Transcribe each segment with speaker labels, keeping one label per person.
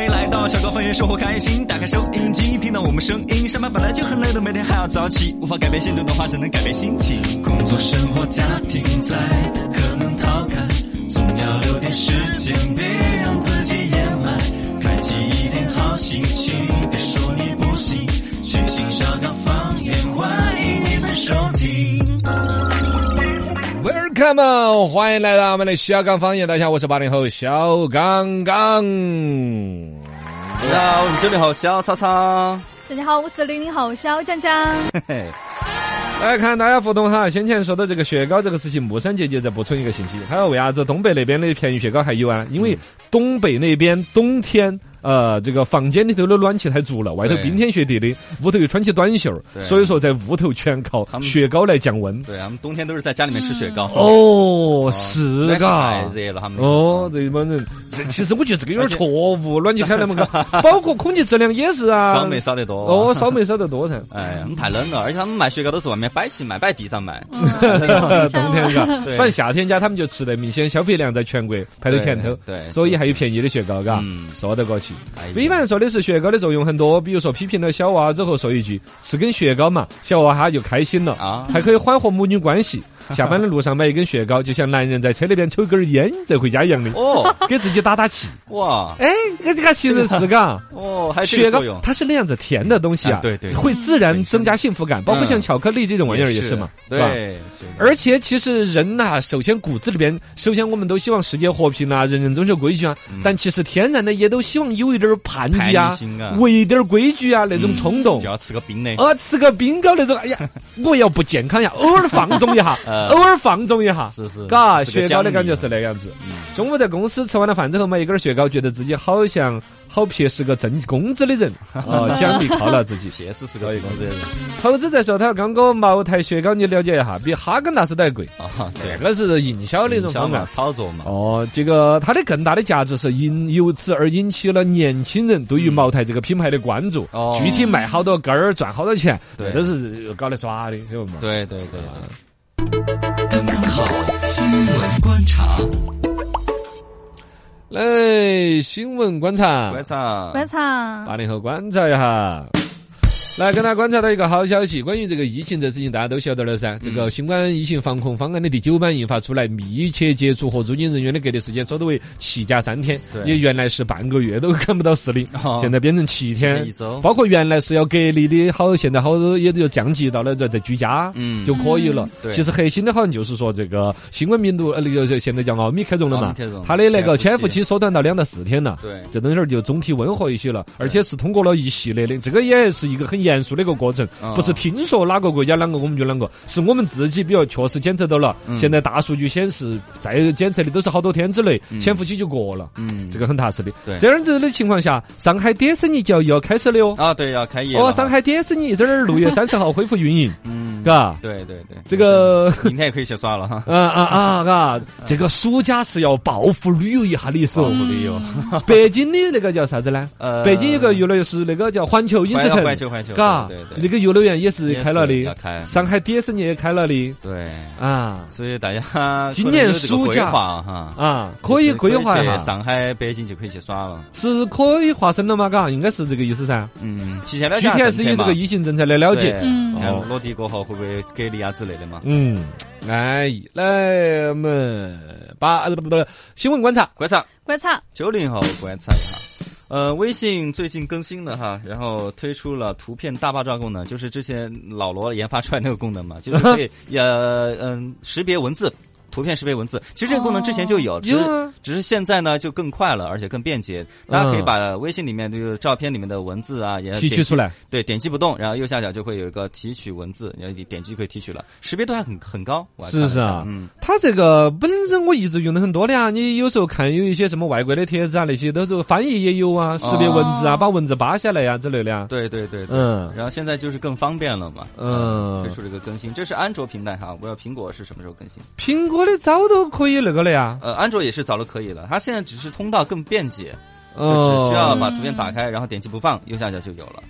Speaker 1: 高欢悦，生活开心。打开收音机，听到我们声音。上班本来就很累的，每天还要早起，无法改变现状的话，只能改变心情。工作、生活、家庭在，可能逃开，总要留点时间，别让自己掩埋。开启一点好心情，别说你不行，全新小岗方言，欢迎你们收听。
Speaker 2: Welcome，on，欢迎来到我们的小刚方言。大家好，我是八零后小刚刚。
Speaker 1: 大家好，我是九零后小超超。
Speaker 3: 大家好，我是零零后小江江。
Speaker 2: 啊
Speaker 1: 嘿嘿，
Speaker 2: 来看大家互动哈，先前说到这个雪糕这个事情，木山姐姐在补充一个信息，她说为啥子东北那边的便宜雪糕还有啊？因为东北那边冬天。呃，这个房间里头的暖气太足了，外头
Speaker 1: 对
Speaker 2: 冰天雪地的，屋头又穿起短袖儿
Speaker 1: 对，
Speaker 2: 所以说在屋头全靠
Speaker 1: 他们
Speaker 2: 雪糕来降温。
Speaker 1: 对，俺们冬天都是在家里面吃雪糕。
Speaker 2: 哦，
Speaker 1: 实
Speaker 2: 是
Speaker 1: 在
Speaker 2: 嘎
Speaker 1: 太。热了，他们那个
Speaker 2: 哦，这帮人，这其实我觉得这个有
Speaker 1: 而且
Speaker 2: 点错误，暖气开那么高， 包括空气质量也是啊。
Speaker 1: 烧煤烧得多。
Speaker 2: 哦，烧煤烧得 多噻。
Speaker 1: 哎呀，他们太冷了，而且他们卖雪糕都是外面摆起卖，摆地上卖。
Speaker 2: 呃冬天嘎，
Speaker 1: 对
Speaker 2: 反正夏天家他们就吃得明显消费量在全国排到前头，
Speaker 1: 对对
Speaker 2: 所以还有便宜的雪糕，嘎
Speaker 1: 嗯，
Speaker 2: 说得过去
Speaker 1: 哎呀。
Speaker 2: 李凡说的是雪糕的作用很多，比如说批评了小娃之后说一句吃根雪糕嘛，小娃哈就开心了，
Speaker 1: 啊
Speaker 2: 还可以缓和母女关 系。下班的路上买一根雪糕，就像男人在车里边抽根烟再回家一样的，
Speaker 1: 哦，
Speaker 2: 给自己打打气。
Speaker 1: 哇，
Speaker 2: 哎，这个其实 是嘎。
Speaker 1: 哦，还有这
Speaker 2: 雪
Speaker 1: 个
Speaker 2: 糕
Speaker 1: 作用，
Speaker 2: 它是那样子甜的东西啊
Speaker 1: 啊，对对
Speaker 2: 会自然增加幸福感，包括像
Speaker 1: 嗯
Speaker 2: 巧克力这种玩意儿也是嘛，
Speaker 1: 对
Speaker 2: 吧？，
Speaker 1: 雪糕
Speaker 2: 而且其实人呐、首先骨子里边，首先我们都希望世界和平啊，人人遵守规矩啊。但其实天然的也都希望有一点儿叛逆啊
Speaker 1: 叛逆嗯心啊，
Speaker 2: 违一点儿规矩啊那种
Speaker 1: 嗯
Speaker 2: 冲动
Speaker 1: 就。要吃个冰的。
Speaker 2: 啊，吃个冰糕那种，哎呀，我要不健康呀，偶尔放纵 一下
Speaker 1: 呃，
Speaker 2: 偶尔放纵一下，
Speaker 1: 是是
Speaker 2: 嘎，
Speaker 1: 是个
Speaker 2: 雪糕的
Speaker 1: 奖
Speaker 2: 感
Speaker 1: 励
Speaker 4: 啊
Speaker 2: 觉是那个啊样子
Speaker 1: 嗯。
Speaker 2: 中午在公司吃完了饭之后买一根雪糕，觉得自己好像好撇是个挣工资的 人，哦，奖励犒劳自 己。
Speaker 1: PS 是个工资人
Speaker 2: 投资在说，他说刚哥茅台雪糕你了解一下，比哈根达斯还贵，
Speaker 1: 啊，
Speaker 2: 哦这
Speaker 1: 对，
Speaker 2: 个是营销的一种方
Speaker 1: 嘛，
Speaker 2: 案。
Speaker 1: 炒作嘛，
Speaker 2: 哦，这个它的更大的价值是因由此而引起了年轻人对于茅台这个品牌的关注。
Speaker 1: 哦
Speaker 2: 具体卖好多根儿赚好多钱，
Speaker 1: 对
Speaker 2: 都是啊搞来耍的，晓得嘛？
Speaker 1: 对对对。
Speaker 5: 刚刚好新闻观察，
Speaker 2: 来，哎新闻观察，
Speaker 1: 观察，
Speaker 3: 观察，
Speaker 2: 八零后观察一下。来跟大家观察到一个好消息，关于这个疫情这事情，大家都晓得了噻。这
Speaker 1: 嗯
Speaker 2: 个新冠疫情防控方案的第九版印发出来，密切接触和入境人员的隔离时间缩短为七加三天
Speaker 1: 对，
Speaker 2: 也原来是半个月都 看不到视力
Speaker 1: 哦，
Speaker 2: 现在变成七天
Speaker 1: 一周，
Speaker 2: 包括原来是要隔离的，好，现在好多也就降级到了在在居家，
Speaker 1: 嗯
Speaker 2: 就可以了
Speaker 1: 嗯。对
Speaker 2: 其实核心的好像就是说这个新冠病毒，呃，那个就现在叫奥密克戎了
Speaker 1: 奥密
Speaker 2: 嘛
Speaker 1: 克戎，
Speaker 2: 它的那个
Speaker 1: 潜
Speaker 2: 潜
Speaker 1: 伏
Speaker 2: 伏
Speaker 1: 期
Speaker 2: 期缩短到两到四天了。
Speaker 1: 对
Speaker 2: 这东西儿就总体温和一些了，而且是通过了一系列的，这个也是一个很严肃的一个过程
Speaker 1: 嗯，
Speaker 2: 不是听说哪个国家啷个我们就啷个，是我们自己，比如确实检测到了，
Speaker 1: 嗯
Speaker 2: 现在大数据显示，再检测的都是好多天之内，潜伏期就过了，
Speaker 1: 嗯，
Speaker 2: 这个很踏实的
Speaker 1: 对。
Speaker 2: 这样子的情况下，上海迪士尼就要要开始的哦，
Speaker 1: 啊，对，要开业
Speaker 2: 哦，
Speaker 1: 了
Speaker 2: 上
Speaker 1: 哈，
Speaker 2: 海迪士尼这儿六月三十号恢复运营，
Speaker 1: 嗯，
Speaker 2: 嘎，
Speaker 1: 对对对，
Speaker 2: 这个。
Speaker 1: 明天也可以去耍了哈，
Speaker 2: 啊啊啊！嘎，这个暑假是要报复旅游一下的，是
Speaker 1: 报
Speaker 2: 哦。
Speaker 1: 复旅游，
Speaker 2: 北京的那个叫啥子呢？
Speaker 1: 呃
Speaker 2: 北京有个游乐是那个叫环球影
Speaker 1: 环
Speaker 2: 之城，
Speaker 1: 环球环球，
Speaker 2: 嘎
Speaker 1: 对，对
Speaker 2: 那
Speaker 1: 对，
Speaker 2: 个游乐园也是开
Speaker 1: 也
Speaker 2: 了
Speaker 1: 是要嗯
Speaker 2: 的，
Speaker 1: 开，
Speaker 2: 上海迪士尼也开了的
Speaker 1: 对，
Speaker 2: 啊
Speaker 1: 所以大 家
Speaker 2: 今年暑假
Speaker 1: 划哈，
Speaker 2: 啊，可以规划一
Speaker 1: 去
Speaker 2: 下，
Speaker 1: 上海、北京就可以去耍了。
Speaker 2: 是可以划分了嘛？嘎，应该是这个意思噻。
Speaker 1: 嗯，提前了
Speaker 2: 具
Speaker 1: 解
Speaker 2: 体还是以这个疫情政策来了解。
Speaker 3: 嗯
Speaker 1: 看
Speaker 2: 哦
Speaker 1: 落地过后会不会隔离啊之类的嘛？
Speaker 2: 嗯，哎，来我们把呃不不不新闻观察，
Speaker 1: 观察
Speaker 3: 观察，
Speaker 1: 九零后观察一下。呃，微信最近更新了哈，然后推出了图片大爆炸功能，就是之前老罗研发出来那个功能 嘛，就是可以呃嗯识别文字，图片识别文字。其实这个功能之前就有，只是
Speaker 2: 有啊
Speaker 1: 只是现在呢就更快了，而且更便捷。大家可以把微信里面这个照片里面的文字啊也
Speaker 2: 提
Speaker 1: 点
Speaker 2: 取出来，
Speaker 1: 对，点击不动，然后右下角就会有一个提取文字，然后你点击就可以提取了，识别度还很很高，我还
Speaker 2: 是不是
Speaker 1: 看了一
Speaker 2: 啊
Speaker 1: 下嗯，？
Speaker 2: 它这个本身我一直用的很多的啊，你有时候看有一些什么外国的帖子啊，那些都是翻译也有啊，识别文字啊，
Speaker 3: 哦
Speaker 2: 把文字扒下来呀之类的啊。
Speaker 1: 对对对对。
Speaker 2: 嗯，
Speaker 1: 然后现在就是更方便了嘛，
Speaker 2: 嗯
Speaker 1: 推出了一个更新，这是安卓平台哈，我不知道苹果是什么时候更新。
Speaker 2: 苹果的早都可以那个了呀，
Speaker 1: 呃，安卓也是早了可以了，它现在只是通道更便捷，就
Speaker 2: 哦
Speaker 1: 只需要把
Speaker 3: 嗯
Speaker 1: 图片打开，然后点击不放，右下角就有了。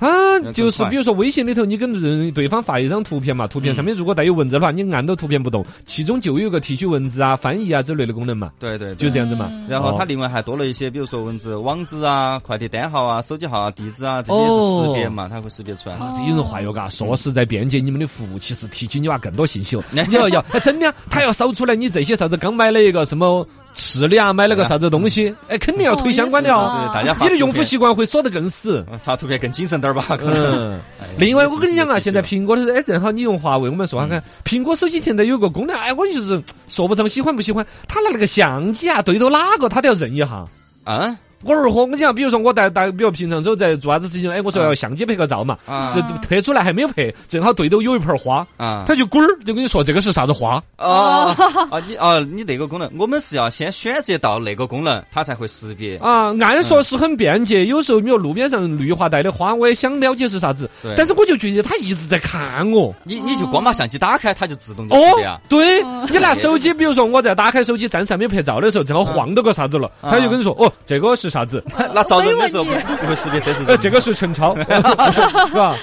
Speaker 2: 它
Speaker 4: 更
Speaker 2: 就是
Speaker 4: 快
Speaker 2: 比如说微信里头，你跟人对方发一张图片嘛，图片上面如果带有文字的话，你按到图片不动，其中就有一个提取文字啊、翻译啊之类的功能嘛，
Speaker 4: 对对，
Speaker 2: 就
Speaker 4: 对
Speaker 2: 这样子嘛。
Speaker 3: 嗯
Speaker 4: 然后它
Speaker 2: 哦
Speaker 4: 另外还多了一些，比如说文字、网址啊、快递单号啊、手机号啊、地址啊，这些是识别嘛，它会识别出来。
Speaker 2: 啊，这有人话哟，嘎，说是在便捷你们的服务，其实提取你娃更多信息哦。你要要，哎真的啊，他要搜出来你这些啥子刚买了一个什么吃的啊，买了个啥子东西，哎，肯定要推相关的
Speaker 3: 哦
Speaker 2: 哦。
Speaker 4: 所以大家发
Speaker 2: 你的用
Speaker 4: 图
Speaker 2: 户
Speaker 4: 片
Speaker 2: 习惯会锁得更死。
Speaker 4: 嗯发图片更精神点儿吧，可能。
Speaker 2: 嗯，
Speaker 4: 哎呀
Speaker 2: 另外我跟你讲啊，现在。
Speaker 4: 这是嗯
Speaker 2: 苹果的，哎，正好你用华为，我们说下看，苹果手机现在有个功能，哎，我就是说不上喜欢不喜欢，它那个相机啊，对到哪个它都要认一下。
Speaker 4: 啊
Speaker 2: 我二货，我跟你讲，比如说我带带，比如平常时候在做啥子事情，哎，我说要相机拍个照嘛，
Speaker 4: 啊
Speaker 2: 这拍出来还没有拍，正好对头有一盆花，
Speaker 4: 啊！
Speaker 2: 他就滚儿就跟你说这个是啥子花，
Speaker 4: 哦啊，你啊，你那个功能，我们是要先选择到那个功能，它才会识别。
Speaker 2: 啊，按说是很便捷，有时候比如路边上绿化带的花，我也想了解是啥子
Speaker 4: 对，
Speaker 2: 但是我就觉得他一直在看我。
Speaker 4: 你你就光把相机打开，它就自动就识别
Speaker 2: 哦
Speaker 4: 啊。，
Speaker 2: 对
Speaker 3: 嗯
Speaker 2: 你拿手机，比如说我在打开手机，暂时还没拍照的时候，正好晃到个啥子了，
Speaker 4: 嗯
Speaker 2: 他就跟你说，哦，这个是啥子？
Speaker 4: 那找人的时候
Speaker 3: 所以
Speaker 4: 不会识别 这是
Speaker 2: 呃，
Speaker 4: 人。
Speaker 2: 这个是陈超，是吧？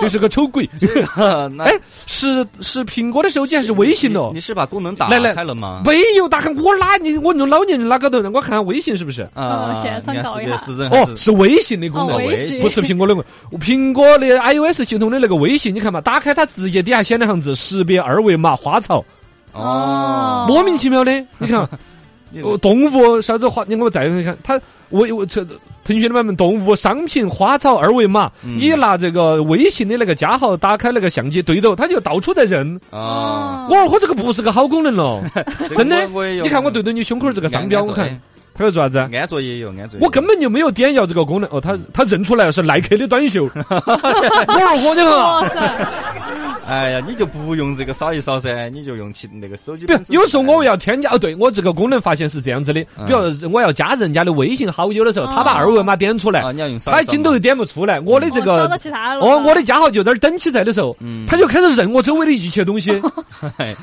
Speaker 2: 这是个丑鬼。
Speaker 4: 那
Speaker 2: 哎，是是苹果的手机还是微信哦
Speaker 4: 你？是把功能打
Speaker 2: 来来
Speaker 4: 开了吗？
Speaker 2: 没有打开，我哪你我弄老年人哪个都让我看下微信是不 是？
Speaker 4: 啊，
Speaker 3: 嗯现在参考一下
Speaker 4: 你看识别是人还
Speaker 2: 哦，
Speaker 4: 是？
Speaker 2: 是微信的功
Speaker 3: 哦
Speaker 2: 能，
Speaker 3: 微信
Speaker 2: 不是苹果的功能。苹果的 iOS 系统的那个微信，你看嘛，打开它直接底下写两行字：识别二维码花草，
Speaker 3: 哦
Speaker 2: 莫名其妙的。你看，
Speaker 4: 你
Speaker 2: 哦，动物啥子花，你给我再看一看，它我我这腾讯的版本，动物商品花草二维码，
Speaker 4: 嗯
Speaker 2: 你拿这个微信的那个加号打开那个相机对头，它就到处在认。
Speaker 3: 哦嗯
Speaker 4: 啊，
Speaker 2: 我二货这个不是个好功能喽，
Speaker 4: 这个
Speaker 2: 真的
Speaker 4: 我我也有
Speaker 2: 你看我对着你胸口这个商标，
Speaker 4: 安
Speaker 2: 我
Speaker 4: 卓
Speaker 2: 看它要做啥子啊？
Speaker 4: 安卓也有安卓也有，
Speaker 2: 我根本就没有点要这个功能哦，它它认出来是耐克的短袖，我二货你看啊。
Speaker 3: 哇塞，
Speaker 4: 哎呀，你就不用这个扫一扫噻，你就用其那个手机
Speaker 2: 比
Speaker 4: 本
Speaker 2: 如
Speaker 4: 身就可以。
Speaker 2: 有时候我要添加哦，对我这个功能发现是这样子的，
Speaker 4: 嗯
Speaker 2: 比如我要加人家的微信好友的时候，他把
Speaker 3: 哦
Speaker 2: 二维码点出来
Speaker 4: 啊，，你要用扫一扫
Speaker 2: 他
Speaker 4: 嘛，
Speaker 2: 筋头又点不出来，我 的这
Speaker 3: 我搜
Speaker 2: 个
Speaker 3: 到其他了。
Speaker 2: 哦，我的加号就在那儿等起在的时候，
Speaker 4: 嗯
Speaker 2: 他就开始认我周围的一切 东西，
Speaker 4: 哎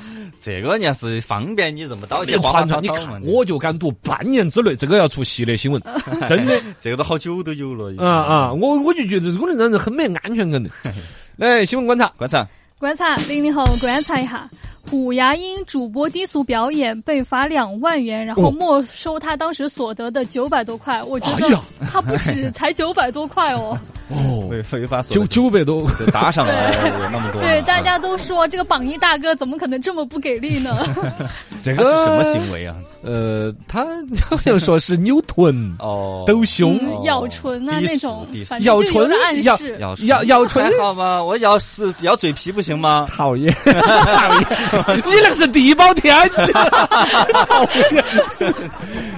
Speaker 4: 这个人家是方便你这么刀
Speaker 2: 那
Speaker 4: 切
Speaker 2: 个
Speaker 4: 花花
Speaker 2: 团
Speaker 4: 草
Speaker 2: 长，你
Speaker 4: 草嘛
Speaker 2: 看，。我就敢赌半年之内这个要出系列新 闻，真的。
Speaker 4: 这个都好久都有了。已经
Speaker 2: 啊啊！，我我就觉得这个能让人很没安全 感的。来，新闻观察，
Speaker 4: 观察
Speaker 3: 观察零零后观察一下，虎牙因主播低俗表演被罚两万元，然
Speaker 2: 哦
Speaker 3: 后没收他当时所得的九百多块。我觉
Speaker 2: 哎呀
Speaker 3: 得他不止才九百多块哦。
Speaker 2: 哦，
Speaker 4: 违违法所
Speaker 2: 九
Speaker 4: 得
Speaker 2: 九百多，
Speaker 4: 就打赏了哎那么多。
Speaker 3: 对，大家都说这个榜一大哥怎么可能这么不给 力呢？
Speaker 2: 这
Speaker 4: 这
Speaker 2: 个
Speaker 4: 是什么行？为啊？
Speaker 2: 呃，他 好像说是扭臀、
Speaker 4: 哦，
Speaker 2: 抖胸。
Speaker 3: 嗯咬唇啊
Speaker 4: 低俗
Speaker 3: 那种
Speaker 4: 低，俗
Speaker 3: 反正就有点暗
Speaker 2: 咬
Speaker 3: 示。
Speaker 4: 咬
Speaker 2: 咬 咬唇
Speaker 4: 还好吗？我咬是咬嘴皮不行吗？
Speaker 2: 讨厌，讨厌！ 你那个是地包 天，讨厌。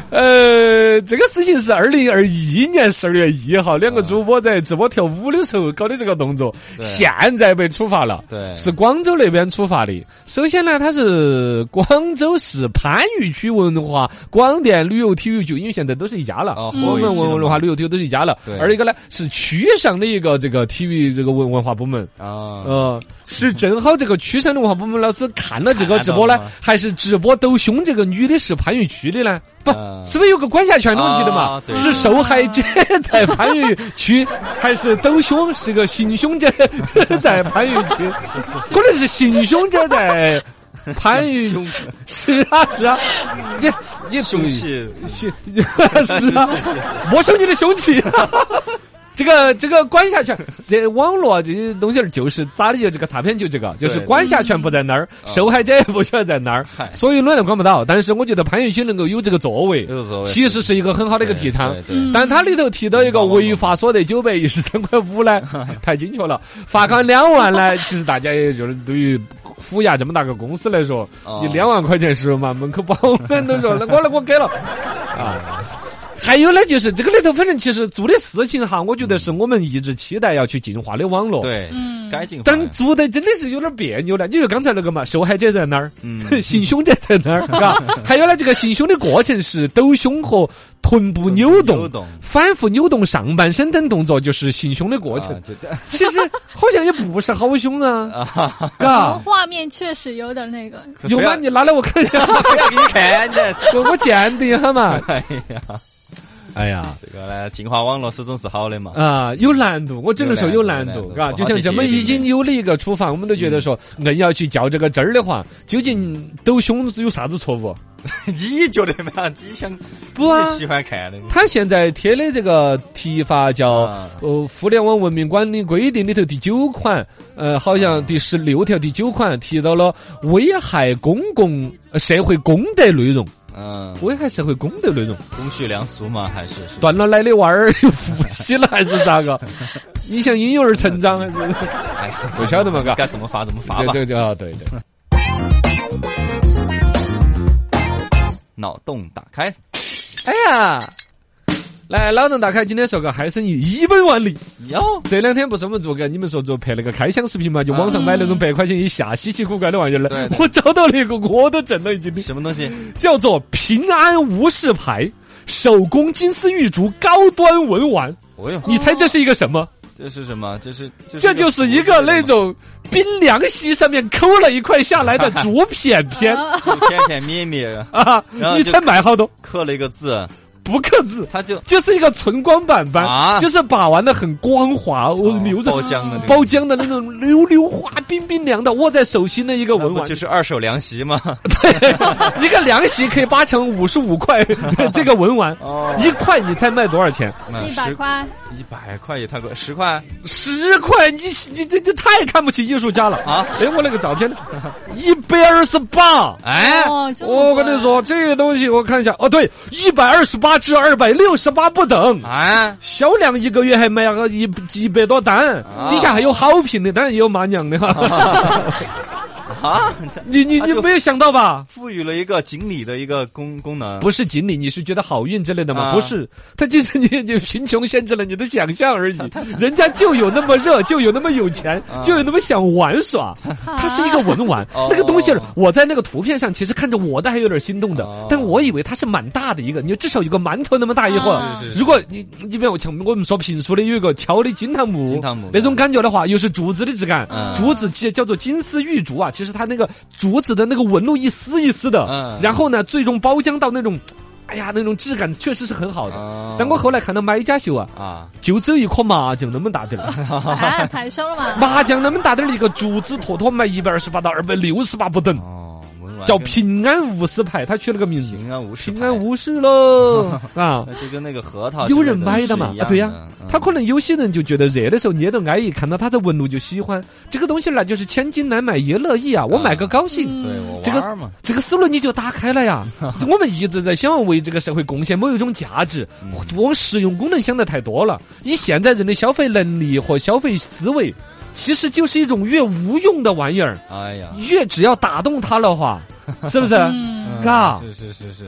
Speaker 2: 呃，这个事情是二零二一年十二月一号，两个主播在直播跳舞的时候搞的这个动作，
Speaker 4: 对
Speaker 2: 现在被处罚了。
Speaker 4: 对，
Speaker 2: 是广州那边处罚的。首先呢，它是广州市番禺区文化广电旅游体育局，因为现在都是一家了，
Speaker 4: 哦
Speaker 2: 我
Speaker 4: 合为
Speaker 2: 们
Speaker 4: 一体了
Speaker 2: 文文化旅游体育都是一家了
Speaker 4: 对。
Speaker 2: 而一个呢是区上的一个这个体育这个文文化部门，
Speaker 4: 啊，
Speaker 2: 呃，是正好这个区上的文化部门老师看了这个直播呢
Speaker 4: 看到了吗，
Speaker 2: 还是直播抖胸这个女的是番禺区的呢？不
Speaker 4: 嗯，
Speaker 2: 是不是有个管辖权的问题的嘛
Speaker 4: 啊？对
Speaker 2: 是受害者在番禺 区，还是抖胸是个行凶者 在番禺区？可能是行凶者在番禺。
Speaker 4: 凶 器，
Speaker 2: 是啊是啊，你你
Speaker 4: 凶器，
Speaker 2: 是 是啊，没收你的凶器。 这个这个管辖权，这网络这些东西儿就是咋的就这个擦边球，这个就是
Speaker 4: 对
Speaker 2: 管辖权不在那儿，
Speaker 4: 嗯
Speaker 2: 受害者也不晓得在那儿
Speaker 4: 嗨，
Speaker 2: 所以乱了管不到。但是我觉得番禺区能够有这个作为，
Speaker 4: 有所谓
Speaker 2: 其实是一个很好的一个提倡
Speaker 4: 对。对
Speaker 3: 嗯
Speaker 2: 但它里头提到一个违法所得九百一十三块五 呢，太精确了。罚款两万呢，其实大家也就是对于虎牙这么大个公司来说，
Speaker 4: 哦
Speaker 2: 你两万块钱是嘛？门口保安都说，那我来我 给了啊。还有呢，就是这个里头，反正其实做的事情哈，我觉得是我们一直期待要去进化的网络。。
Speaker 4: 对，
Speaker 3: 嗯
Speaker 4: 该进化
Speaker 2: 但做的真的是有点别扭了，你就刚才那个嘛，受害者在那儿，
Speaker 4: 嗯
Speaker 2: 行凶者在那儿， 嘎。还有呢，这个行凶的过程是抖胸和臀部扭动
Speaker 4: 扭，动
Speaker 2: 反复扭动上半身等动作，就是行凶的过
Speaker 4: 啊
Speaker 2: 程。
Speaker 4: 就
Speaker 2: 其实好像也不是好凶啊，
Speaker 4: 啊，
Speaker 3: 然后
Speaker 2: 嘎。
Speaker 3: 画面确实有点那个，
Speaker 2: 有吗？你拿来我看一下，
Speaker 4: 非要给你看，这是
Speaker 2: 我我鉴定一下嘛。
Speaker 4: 哎呀，
Speaker 2: 哎呀。
Speaker 4: 这个呢，进化网络始终是好的嘛。
Speaker 2: 啊，有难度，我只能说有难
Speaker 4: 有难
Speaker 2: 度，
Speaker 4: 度
Speaker 2: 嘎。
Speaker 4: 不好
Speaker 2: 就像这么
Speaker 4: 解决
Speaker 2: 已经有了一个处罚，我们都觉得说，
Speaker 4: 嗯
Speaker 2: 硬要去较这个真儿的话，究竟抖胸有啥子错误？
Speaker 4: 你觉得嘛？你想
Speaker 2: 不啊
Speaker 4: 你喜欢看的
Speaker 2: 他现在贴的这个提法叫
Speaker 4: 啊
Speaker 2: 《呃互联网文明管理规定》里头第九款，呃，好像第十六条第九款提到了危害公共呃社会公德内容，
Speaker 4: 嗯，
Speaker 2: 危害社会公德内容，
Speaker 4: 公序良俗嘛，还是是吧
Speaker 2: 断了奶的娃儿又复吸了还是咋 个？影响婴幼儿成长还是？
Speaker 4: 哎呀
Speaker 2: 我晓得嘛嘎
Speaker 4: 该怎么发怎么发
Speaker 2: 对
Speaker 4: 吧。
Speaker 2: 对对啊，对对。
Speaker 4: 脑洞打开，
Speaker 2: 哎呀，来，老邓大开今天说个嗨生意一本万利。
Speaker 4: 哟，
Speaker 2: 这两天不是我们做个，你们说做拍那个开箱视频嘛？就网上买那种百块钱一下稀奇古怪的玩意儿
Speaker 4: 对
Speaker 2: 来，
Speaker 4: 嗯对
Speaker 2: 我找到了一个，我都震了已经。
Speaker 4: 什么东西？
Speaker 2: 叫做平安无事牌，手工金丝玉竹高端文玩。
Speaker 4: 哦哟，
Speaker 2: 你猜这是一个什么？
Speaker 4: 这是什么？这是
Speaker 2: 这就是一个那种冰凉席上面抠了一块下来的竹片片
Speaker 3: 呃
Speaker 4: 就片片咩咩，
Speaker 2: 啊！
Speaker 4: 然后
Speaker 2: 你
Speaker 4: 就
Speaker 2: 猜买好多？
Speaker 4: 刻了一个字，
Speaker 2: 不刻字。
Speaker 4: 他就
Speaker 2: 就是一个纯光板板，
Speaker 4: 啊哦
Speaker 2: 就是把玩的很光滑，我留着嗯
Speaker 4: 包浆的那个
Speaker 2: 包浆的那种溜溜滑、冰冰凉的，握在手心的一个
Speaker 4: 那
Speaker 2: 文
Speaker 4: 不
Speaker 2: 玩
Speaker 4: 就，是二手凉席吗？
Speaker 2: 一个凉席可以八乘五十五 块，这个文玩。
Speaker 4: 哦
Speaker 2: 一块你猜卖多少钱？
Speaker 4: 那
Speaker 3: 一百
Speaker 4: 嗯十
Speaker 3: 块，
Speaker 4: 一百块也太贵，十块
Speaker 2: 十块！你你这这太看不起艺术家了！
Speaker 4: 啊！
Speaker 2: 哎，我那个照片呢， 一百二十八。
Speaker 4: 哎，
Speaker 3: 哦，这么
Speaker 2: 我跟
Speaker 3: 贵
Speaker 2: 你说，这个东西我看一下，哦，对，一百二十八至二百六十八不等。
Speaker 3: 啊
Speaker 4: 哎，
Speaker 2: 销量一个月还卖个一一百多单
Speaker 4: 啊，
Speaker 2: 底下还有好评的，当然也有骂娘的 哈。
Speaker 4: 啊，这
Speaker 2: 你
Speaker 3: 哎
Speaker 2: 你你
Speaker 4: 就
Speaker 2: 没有想到吧？
Speaker 4: 赋予了一个锦鲤的一个功功能，
Speaker 2: 不是锦鲤，你是觉得好运之类的吗？
Speaker 4: 啊
Speaker 2: 不是，它就是你你贫穷限制了你的想象而已。人家就有那么热，就有那么有钱，
Speaker 4: 啊
Speaker 2: 就有那么想玩耍。它是一个文玩，
Speaker 4: 哦
Speaker 2: 那个东西儿，我在那个图片上其实看着我的还有点心动的
Speaker 4: 哦，
Speaker 2: 但我以为它是蛮大的一个，你至少有个馒头那么大一会儿。
Speaker 3: 啊
Speaker 4: 是是
Speaker 2: 如果你你比如像我们说评书的有一个敲的金堂木，
Speaker 4: 金堂木
Speaker 2: 那种感觉的话，又是竹子的质感，
Speaker 4: 嗯
Speaker 2: 竹子叫叫做金丝玉竹啊，其实它那个竹子的那个纹路一丝一丝的，
Speaker 4: 嗯
Speaker 2: 然后呢，最终包浆到那种，哎呀，那种质感确实是很好的。
Speaker 4: 哦
Speaker 2: 但我后来看到买家秀啊，
Speaker 4: 啊，
Speaker 2: 就只有一颗麻将那么大点
Speaker 4: 嗯
Speaker 2: 儿，
Speaker 3: 哎，太小了嘛。
Speaker 2: 麻将那么大点儿的一个竹子坨坨卖一百二十八到二百六十八不等，
Speaker 4: 哦，文玩
Speaker 2: 叫
Speaker 4: 跟
Speaker 2: 平安无事牌，他取了个名字，
Speaker 4: 平安无事，
Speaker 2: 平安，无事喽 啊。
Speaker 4: 那就跟那个核桃
Speaker 2: 有人买的嘛
Speaker 4: 之类，
Speaker 2: 啊，
Speaker 4: 是
Speaker 2: 对
Speaker 4: 一
Speaker 2: 呀、
Speaker 4: 样的嗯
Speaker 2: 他可能有些人就觉得热的时候捏得安逸，看到他这纹路就喜欢这个东西呢，就是千金难买爷乐意啊，我买个高兴。
Speaker 3: 嗯
Speaker 4: 对我
Speaker 2: 这个
Speaker 4: 玩儿嘛，
Speaker 2: 这个思路你就打开了呀！我们一直在想要为这个社会贡献某一种价值，往实用功能想的太多了。以现在人的消费能力和消费思维，其实就是一种越无用的玩意儿，
Speaker 4: 哎呀，
Speaker 2: 越只要打动他的 话，是不是？
Speaker 3: 嗯，
Speaker 2: 嘎
Speaker 4: 是是是是，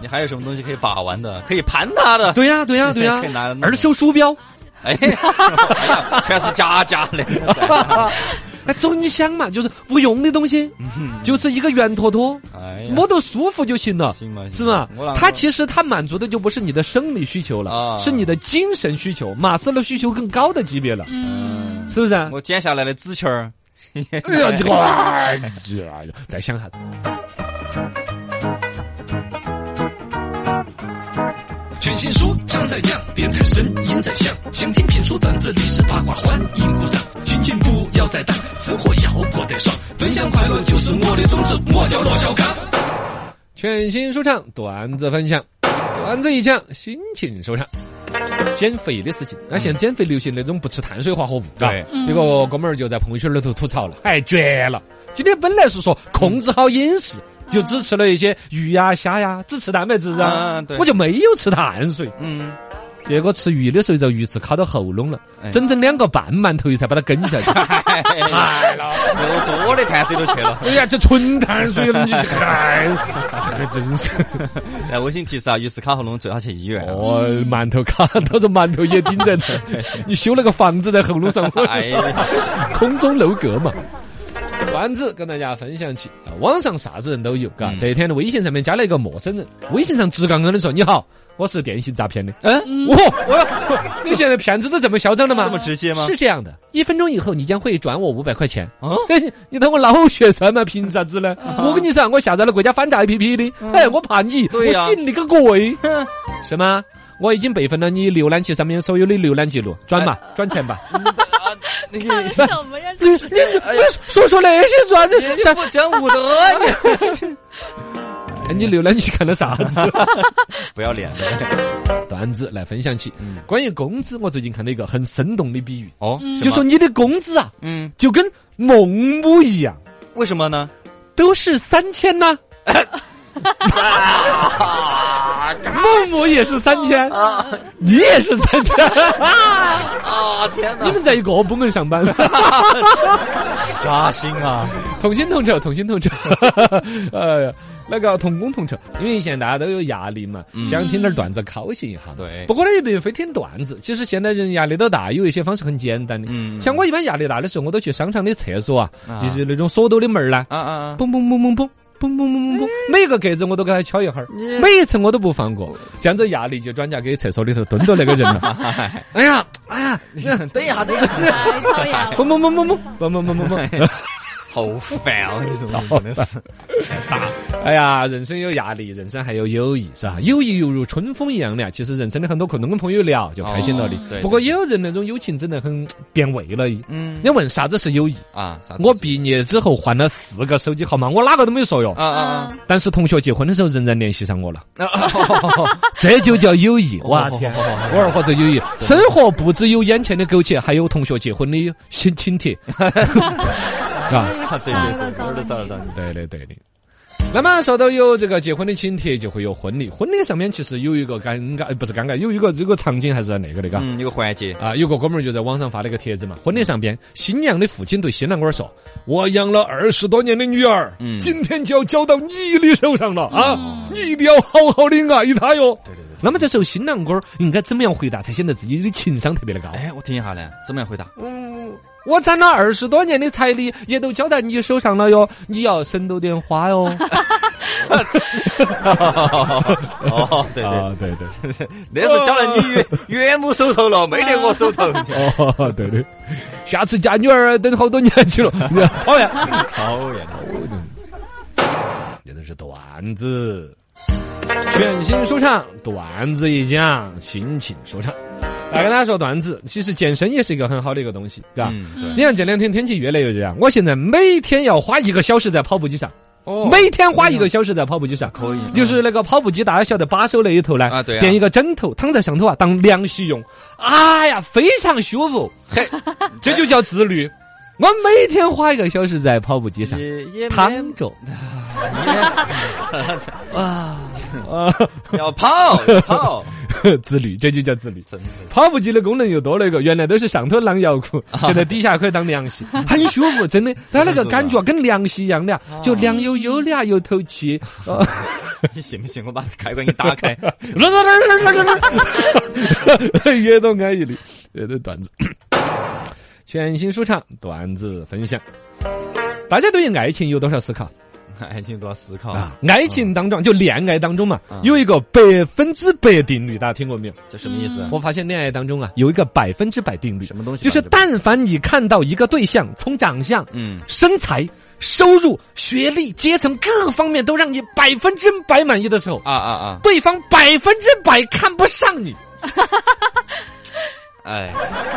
Speaker 4: 你还有什么东西可以把玩的，可以盘它的？
Speaker 2: 对呀、对呀、对 呀、
Speaker 4: 可以拿来弄
Speaker 2: 儿收鼠标，
Speaker 4: 哎呀，哎呀全是假假的，
Speaker 2: 哎，总你想嘛，就是无用的东西，就是一个圆坨坨，
Speaker 4: 哎呀，
Speaker 2: 摸得舒服就行了。
Speaker 4: 行吧，
Speaker 2: 是吗
Speaker 4: 我哪？
Speaker 2: 它其实它满足的就不是你的生理需求
Speaker 4: 啊
Speaker 2: 了，是你的精神需求，马斯洛需求更高的级别了，
Speaker 3: 嗯，
Speaker 2: 是不是？
Speaker 4: 我剪下来的纸签儿，
Speaker 2: 哎呀，这 个哎呀，再想下子。
Speaker 5: 全新书trang在酱，电台声音在响，想听评书段子、历史八卦，欢迎鼓掌。心情不要再淡，生活要过得爽，分享快乐就是我的宗旨，我叫罗小刚。
Speaker 2: 全新说唱段子分享，段子一讲，心情舒畅。减肥的事情，那现在减肥流行那种不吃碳水化合物，嘎
Speaker 4: 对
Speaker 3: 嗯
Speaker 2: 有个哥们儿就在朋友圈里头吐槽了，哎，绝了！今天本来是说控制好饮食，就只吃了一些鱼呀、虾呀，只吃蛋白质啊
Speaker 4: 啊对，
Speaker 2: 我就没有吃碳水。
Speaker 4: 嗯，
Speaker 2: 结果吃鱼的时候，这鱼刺卡到喉咙了
Speaker 4: 哎，
Speaker 2: 整整两个半馒头才把它跟下 去。
Speaker 4: 太了，有多的碳水都去了。
Speaker 2: 哎呀，这纯碳水了，你这还还真是。
Speaker 4: 来，微信提示啊，于是卡喉咙最好去医院啊。
Speaker 2: 哦，馒头卡，到时候馒头也顶着呢。 你修了个房子在喉咙上，
Speaker 4: 哎呀，
Speaker 2: 空中楼阁嘛。段子跟大家分享起，啊网上啥子人都有，嘎。
Speaker 4: 嗯
Speaker 2: 这一天的微信上面加了一个陌生人，微信上直杠杠的说：“你好，我是电信诈骗的。”
Speaker 3: 嗯
Speaker 2: 哦，我 你现在骗子都这么嚣张了吗？
Speaker 4: 这么直接吗
Speaker 2: 是这样的，一分钟以后你将会转我五百块钱。
Speaker 4: 哦
Speaker 2: 哦， 你当我脑血栓吗？凭啥子呢？我跟你嗯说，我下载了国家反诈 APP 的，哎，我怕你，
Speaker 4: 对呀
Speaker 2: 我信你个鬼！什么？我已经备份了你浏览器上面所有的浏览记录，转吧，转钱 吧。哎
Speaker 4: 你
Speaker 3: 看了什么呀？这是
Speaker 2: 说说那些做啥子
Speaker 4: 你不讲武德，你
Speaker 2: 哎你浏览器看了啥 子
Speaker 4: 不要脸的
Speaker 2: 段子来分享起？关于工资，我最近看到一个很生动的比喻，
Speaker 4: 哦
Speaker 3: 嗯，
Speaker 2: 就说你的工资啊，
Speaker 4: 嗯，
Speaker 2: 就跟孟母一样，
Speaker 4: 为什么呢？
Speaker 2: 都是三千 呐、孟母也是三千，你也是三千，
Speaker 4: 啊天
Speaker 2: 你们在一个部门上班，
Speaker 4: 扎心啊！
Speaker 2: 同心同酬，同心 同酬。呃，那个同工同酬，因为现在大家都有压力嘛，想听点段子高兴一下。
Speaker 4: 对
Speaker 2: 不过呢，也不用非听段子。其实现在人压力都大，有一些方式很简单的。
Speaker 4: 嗯
Speaker 2: 像我一般压力大的时候，我都去商场的厕所啊，
Speaker 4: 啊
Speaker 2: 就是那种锁斗的门儿呢，
Speaker 4: 啊啊！
Speaker 2: 嘣嘣嘣嘣嘣。嘣嘣嘣嘣嘣！每个格子我都给它敲一会儿，
Speaker 4: 你
Speaker 2: 每一层我都不放过，这样子压力就转嫁给厕所里头蹲着那个人了。 哎呀，哎呀，
Speaker 4: 等一下，等一下，
Speaker 3: 太讨厌了。
Speaker 2: 嘣嘣嘣嘣嘣嘣嘣嘣嘣嘣！
Speaker 4: 好烦哦！你这种真的是
Speaker 2: 哎呀，人生有压力，人生还有友谊，是吧？友谊犹如春风一样的啊，其实人生的很多困难跟朋友聊就开心了的。
Speaker 4: 哦对
Speaker 2: 不过也有人那种友情真的很变味了。
Speaker 4: 嗯
Speaker 2: 你问啥子是友谊？
Speaker 4: 啊，啥子
Speaker 2: 我毕业之后换了四个手机号码，我哪个都没有说哟。
Speaker 4: 啊啊啊！
Speaker 3: 嗯，
Speaker 2: 但是同学结婚的时候仍然联系上我 了，
Speaker 4: 啊
Speaker 2: 这就叫友谊！我
Speaker 4: 哦
Speaker 2: 的天，啊我二货这友谊，生活不只有眼前的苟且，还有同学结婚的请请帖， 啊。
Speaker 4: 对 对对，我都找得到你。
Speaker 2: 对的，对的。那么说到有这个结婚的请帖，就会有婚礼。婚礼上面其实有一个尴尬，呃不是尴尬，有一个这个场景还是那个的，嘎。
Speaker 4: 嗯，有个环节
Speaker 2: 啊，有个哥们儿就在网上发了个帖子嘛，婚礼上边，新娘的父亲对新郎官儿说：“我养了二十多年的女儿，
Speaker 4: 嗯
Speaker 2: 今天就要交到你的手上了啊，你一定要好好的爱她哟。”对对对。那么这时候新郎官儿应该怎么样回答才显得自己的情商特别的高？
Speaker 4: 哎，我听一下呢，怎么样回答？
Speaker 2: 我攒了二十多年的彩礼也都交在你手上了哟，你要省着点花哟。
Speaker 4: 哦， 对对，
Speaker 2: 啊，对对，
Speaker 4: 那是交了 你岳岳母手头了，没得我手头。
Speaker 2: 哦，对对，下次嫁女儿等好多年去 了，讨厌。
Speaker 4: 讨厌的，
Speaker 2: 这都是段子，啊全新说唱，段子一讲，心情说唱。来跟大家说段子，其实健身也是一个很好的一个东西，对吧？
Speaker 4: 嗯，对，
Speaker 2: 你看这两天天气越来越热啊，我现在每天要花一个小时在跑步机上，
Speaker 4: 哦
Speaker 2: 每天花一个小时在跑步机上，
Speaker 4: 可以
Speaker 2: 就是那个跑步机，大家晓得把手那一头呢，
Speaker 4: 啊对啊
Speaker 2: 垫一个枕头躺在上头啊，当凉席用，哎呀，非常舒服，
Speaker 4: 嘿，
Speaker 2: 这就叫自律。我每天花一个小时在跑步机上
Speaker 4: 也也 没
Speaker 2: 躺着 啊，
Speaker 4: 要跑要 跑，
Speaker 2: 自律，这就叫自律。
Speaker 4: 真的
Speaker 2: 跑步机的功能又多了一个，原来都是上头当摇裤，
Speaker 4: 啊
Speaker 2: 现在底下可以当凉席，很舒服， 真的。它那个感觉跟凉席一样的啊，就凉悠悠的啊，又透气。啊
Speaker 4: 你信不信我把开关给打开？
Speaker 2: 越到安逸的，呃，这段子，全新说唱段子分享。大家对于爱情有多少思考
Speaker 4: 爱情都要思考
Speaker 2: 啊？爱情当中，就恋爱当中嘛
Speaker 4: 啊，
Speaker 2: 有一个百分之百定律，大家听过没有？
Speaker 4: 这什么意思？
Speaker 2: 我发现恋爱当中啊，有一个百分之百定律，
Speaker 4: 什么东西？
Speaker 2: 就是但凡你看到一个对象，从长相、
Speaker 4: 嗯，
Speaker 2: 身材、收入、学历、阶层各方面都让你百分之百满意的时候，
Speaker 4: 啊啊啊！
Speaker 2: 对方百分之百看不上你，
Speaker 4: 哎，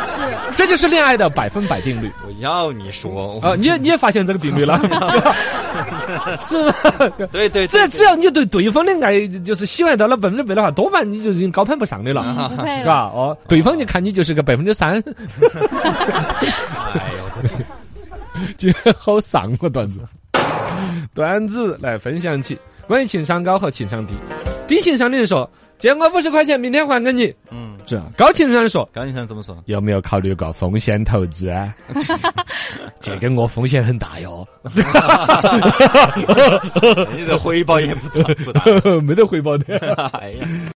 Speaker 3: 是
Speaker 2: 这就是恋爱的百分百定律
Speaker 4: 我要你说
Speaker 2: 啊、你也你也发现这个定律了， 是吧？
Speaker 4: 对对，
Speaker 2: 这只要你对对方的爱就是喜欢到了百分之百的话，多半你就已经高攀不上的了，
Speaker 3: 不配
Speaker 2: 是
Speaker 3: 了。
Speaker 2: 吧？哦，对方就看你就是个百分之 三，
Speaker 4: 哎呦，
Speaker 2: 今天好丧个段子。段子来分享起关于情商高和情商低。低情商的人说：“借我五十块钱，明天还给你。
Speaker 4: 嗯，”
Speaker 2: 是啊。高情商的说
Speaker 4: 高先生怎么说：“？
Speaker 2: 有没有考虑过风险投资啊？这个我风险很大哟，
Speaker 4: 你这回报也不大不大，
Speaker 2: 没得回报的。”
Speaker 4: 哎呀。